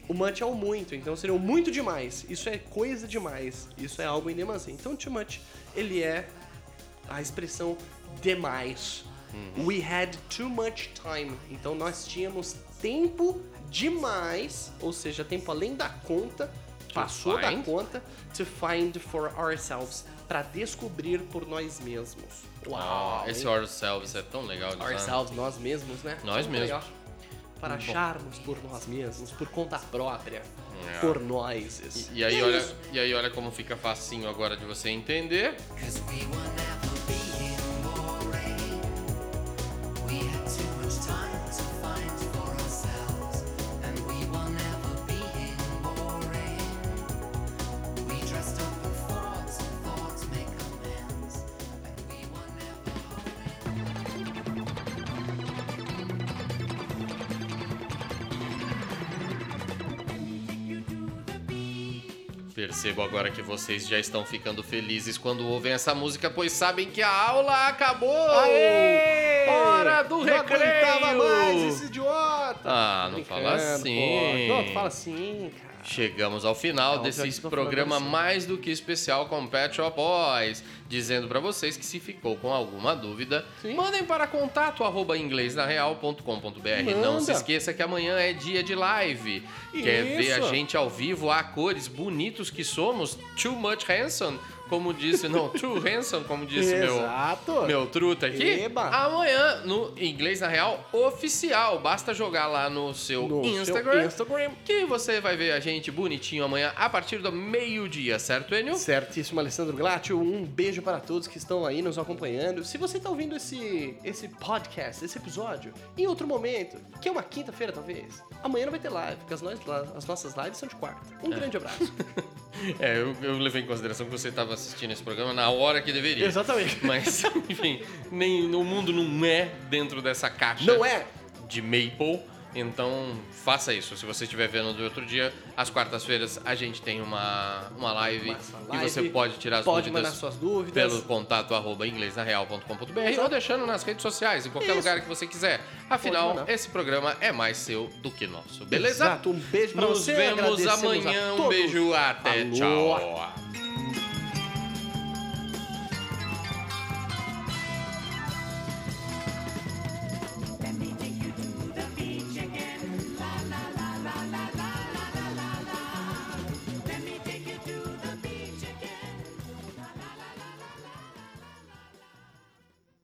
[SPEAKER 7] o much é o muito, então seria o muito demais. Isso é coisa demais, isso é algo em demasia. Então too much, ele é a expressão demais.
[SPEAKER 1] Uhum.
[SPEAKER 7] We had too much time. Então nós tínhamos tempo demais, ou seja, tempo além da conta, passou da
[SPEAKER 1] find.
[SPEAKER 7] conta, to find for ourselves, para descobrir por nós mesmos. Uau!
[SPEAKER 1] Ah, esse
[SPEAKER 7] hein?
[SPEAKER 1] ourselves é tão legal de usar.
[SPEAKER 7] ourselves, nós mesmos, né?
[SPEAKER 1] Nós
[SPEAKER 7] Muito
[SPEAKER 1] mesmos. Uhum.
[SPEAKER 7] legal. Para
[SPEAKER 1] Muito bom.
[SPEAKER 7] acharmos por nós mesmos, por conta própria,
[SPEAKER 1] É.
[SPEAKER 7] por nós.
[SPEAKER 1] E aí, olha, e aí olha como fica facinho agora de você entender.
[SPEAKER 9] eh? We had too much time to find for ourselves, and we will never be in boring. We dressed up in thoughts and thoughts make amends, and we will never.
[SPEAKER 1] Percebo agora que vocês já estão ficando felizes quando ouvem essa música, pois sabem que a aula acabou!
[SPEAKER 7] Aê!
[SPEAKER 1] Hora do
[SPEAKER 7] Não
[SPEAKER 1] recreio!
[SPEAKER 7] aguentava mais esse idiota!
[SPEAKER 1] Ah, não
[SPEAKER 7] Brincando,
[SPEAKER 1] fala assim.
[SPEAKER 7] pô. Não, fala assim, cara.
[SPEAKER 1] Chegamos ao final
[SPEAKER 7] Não, pior que
[SPEAKER 1] desse
[SPEAKER 7] eu tô
[SPEAKER 1] programa
[SPEAKER 7] falando assim.
[SPEAKER 1] mais do que especial com Pet Shop Boys, dizendo pra vocês que se ficou com alguma dúvida, mandem para contato arroba inglesnareal.com.br. Não
[SPEAKER 7] Manda.
[SPEAKER 1] se esqueça que amanhã é dia de live. Quer ver a
[SPEAKER 7] Isso.
[SPEAKER 1] gente ao vivo, a cores, bonitos que somos, too much handsome, como disse, não,
[SPEAKER 7] [laughs]
[SPEAKER 1] too handsome, como disse meu
[SPEAKER 7] Exato.
[SPEAKER 1] meu truta aqui.
[SPEAKER 7] Eba.
[SPEAKER 1] Amanhã, no Inglês na Real Oficial. Basta jogar lá no seu,
[SPEAKER 7] No seu
[SPEAKER 1] Instagram,
[SPEAKER 7] Instagram.
[SPEAKER 1] Que você vai ver a gente bonitinho amanhã a partir do meio-dia, certo,
[SPEAKER 7] [laughs]
[SPEAKER 1] Enio?
[SPEAKER 7] Certíssimo, Alessandro Glatio. Um beijo para todos que estão aí nos acompanhando. Se você está ouvindo esse, esse podcast, esse episódio, em outro momento, que é uma quinta-feira talvez, amanhã não vai ter live, porque as, nós- as nossas lives são de quarta. Um grande abraço.
[SPEAKER 1] É, eu, eu levei em consideração que você estava assistindo esse programa na hora que deveria.
[SPEAKER 7] [laughs] Exatamente.
[SPEAKER 1] Mas, [laughs] enfim, nem, o mundo não é dentro dessa caixa.
[SPEAKER 7] Não é?
[SPEAKER 1] De Maple. Então, faça isso. Se você estiver vendo do outro dia, às quartas-feiras a gente tem uma, uma live,
[SPEAKER 7] Essa
[SPEAKER 1] e você
[SPEAKER 7] live,
[SPEAKER 1] pode tirar as
[SPEAKER 7] Pode mandar
[SPEAKER 1] dúvidas
[SPEAKER 7] suas dúvidas.
[SPEAKER 1] pelo contato arroba inglesnareal.com.br ou deixando nas redes sociais, em qualquer
[SPEAKER 7] Isso.
[SPEAKER 1] lugar que você quiser.
[SPEAKER 7] Pode
[SPEAKER 1] Afinal,
[SPEAKER 7] mandar.
[SPEAKER 1] esse programa é mais seu do que nosso, beleza?
[SPEAKER 7] Exato. Um beijo pra
[SPEAKER 1] Nos
[SPEAKER 7] você.
[SPEAKER 1] vemos
[SPEAKER 7] agradecemos a
[SPEAKER 1] amanhã. Um
[SPEAKER 7] todos.
[SPEAKER 1] beijo, até
[SPEAKER 7] Falou.
[SPEAKER 1] tchau.